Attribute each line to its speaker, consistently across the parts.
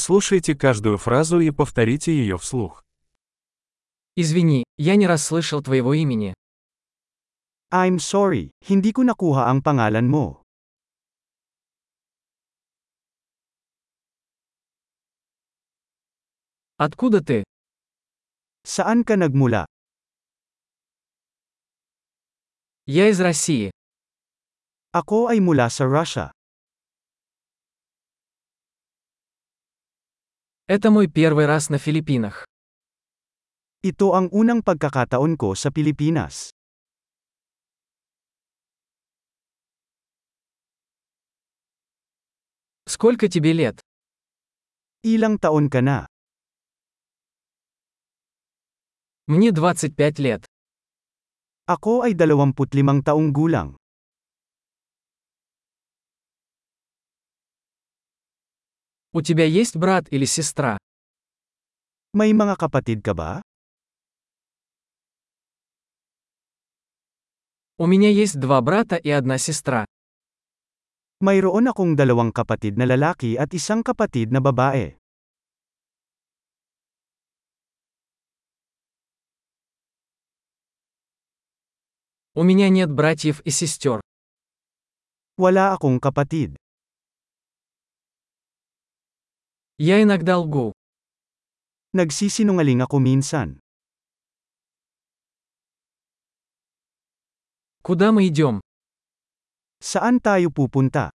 Speaker 1: Прослушайте каждую фразу и повторите ее вслух.
Speaker 2: Извини, я не расслышал твоего имени.
Speaker 3: I'm sorry, hindi ko nakuha ang pangalan mo.
Speaker 2: Откуда ты?
Speaker 3: Saan ka nagmula?
Speaker 2: Я из России.
Speaker 3: Ako ay mula sa Russia.
Speaker 2: Это мой первый раз на Филиппинах.
Speaker 3: Ito ang unang pagkakataon ko sa Pilipinas.
Speaker 2: Сколько тебе лет?
Speaker 3: Ilang taon ka na?
Speaker 2: Мне 25 лет.
Speaker 3: Ako ay 25 taong gulang.
Speaker 2: У тебя есть брат или сестра?
Speaker 3: May mga kapatid ka ba?
Speaker 2: У меня есть два брата и одна сестра.
Speaker 3: Mayroon akong dalawang kapatid na lalaki at isang kapatid na babae.
Speaker 2: У меня нет братьев и сестер.
Speaker 3: Wala akong kapatid.
Speaker 2: Я иногда лгу.
Speaker 3: Nagsisinungaling ako minsan.
Speaker 2: Куда мы идем?
Speaker 3: Saan tayo pupunta?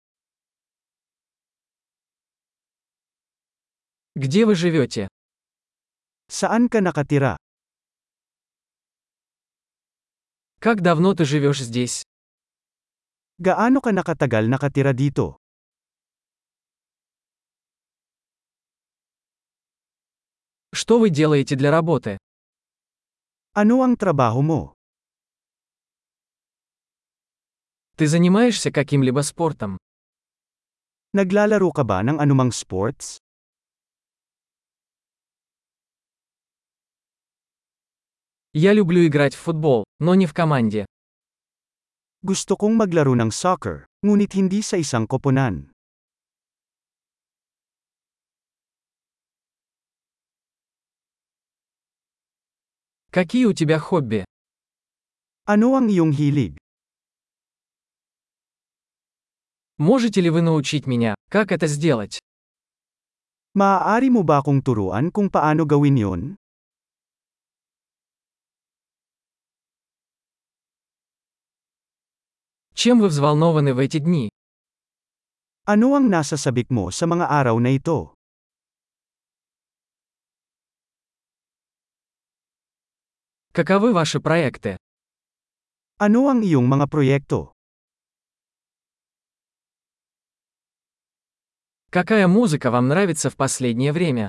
Speaker 2: Где вы живете?
Speaker 3: Saan ka nakatira?
Speaker 2: Как давно ты живешь здесь?
Speaker 3: Gaano ka nakatagal nakatira dito?
Speaker 2: Что вы делаете для работы?
Speaker 3: Ano ang trabaho mo?
Speaker 2: Ты занимаешься каким-либо спортом?
Speaker 3: Naglalaro ka ba ng anumang sports?
Speaker 2: Я люблю играть в футбол, но не в команде.
Speaker 3: Gusto kong maglaro ng soccer, ngunit hindi sa isang koponan.
Speaker 2: Какие у тебя хобби?
Speaker 3: Ano ang iyong hilig?
Speaker 2: Можете ли вы научить меня, как это сделать?
Speaker 3: Maaari mo ba akong turuan kung paano gawin yon?
Speaker 2: Чем вы взволнованы в эти дни?
Speaker 3: Ano ang nasa sabik mo sa mga araw na ito?
Speaker 2: Каковы ваши проекты?
Speaker 3: Ano ang iyong mga proyekto?
Speaker 2: Какая музыка вам нравится в последнее время?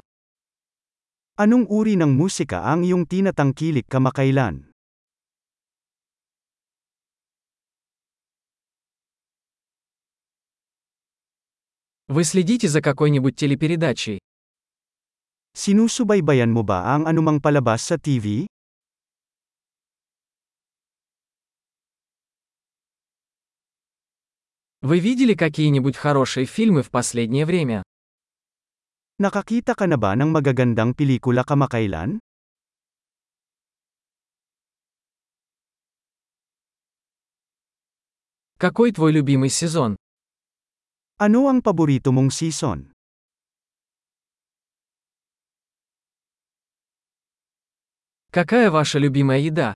Speaker 3: Anong uri ng musika ang iyong tinatangkilik kamakailan?
Speaker 2: Вы следите за какой-нибудь телепередачей?
Speaker 3: Sinusubaybayan mo ba ang anumang palabas sa TV?
Speaker 2: Вы видели какие-нибудь хорошие фильмы в последнее время?
Speaker 3: Nakakita ka na ba ng magagandang pelikula kamakailan?
Speaker 2: Какой твой любимый сезон?
Speaker 3: Ano ang paborito mong season?
Speaker 2: Какая ваша любимая еда?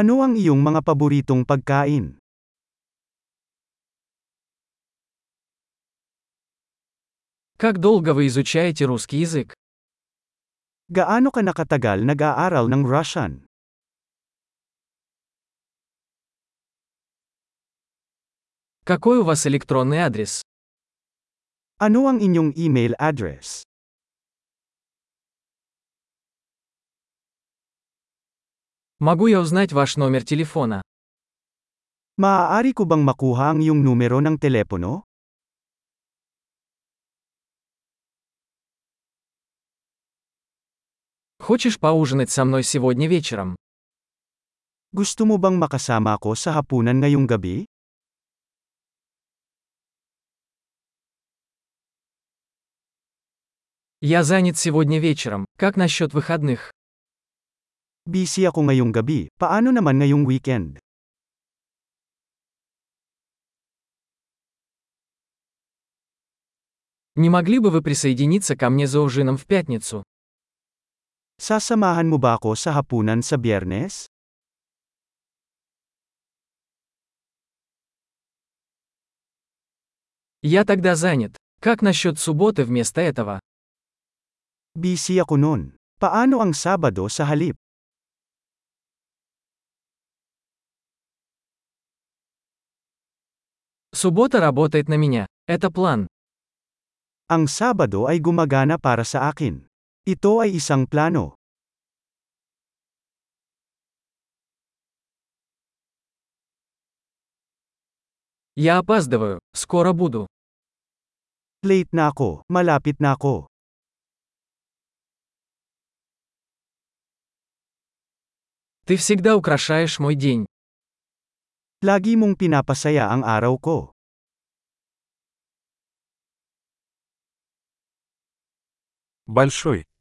Speaker 3: Ano ang iyong mga paboritong pagkain?
Speaker 2: Как долго вы изучаете русский язык?
Speaker 3: Gaano ka nakatagal nag-aaral ng Russian?
Speaker 2: Какой у вас электронный адрес?
Speaker 3: Ano ang inyong email address?
Speaker 2: Могу я узнать ваш номер телефона?
Speaker 3: Maaari ko bang makuha ang iyong numero ng telepono?
Speaker 2: Хочешь поужинать со мной сегодня вечером?
Speaker 3: Gusto mo bang makasama ako sa hapunan ngayong gabi?
Speaker 2: Я занят сегодня вечером. Как насчет выходных?
Speaker 3: Busy ako ngayong gabi, paano naman ngayong weekend?
Speaker 2: Не могли бы вы присоединиться ко мне за ужином в пятницу?
Speaker 3: Sasamahan mo ba ako sa hapunan sa biyernes?
Speaker 2: Я тогда занят. Как насчет субботы вместо этого?
Speaker 3: Busy ako nun. Paano ang Sabado sa halip?
Speaker 2: Суббота работает на меня. Это план.
Speaker 3: Ang Sabado ay gumagana para sa akin. Ito ay isang plano.
Speaker 2: Я опаздываю. Скоро буду.
Speaker 3: Late na ako, malapit na ako.
Speaker 2: Ты всегда украшаешь мой день.
Speaker 3: Lagi mong pinapasaya ang araw ko.
Speaker 1: Большой.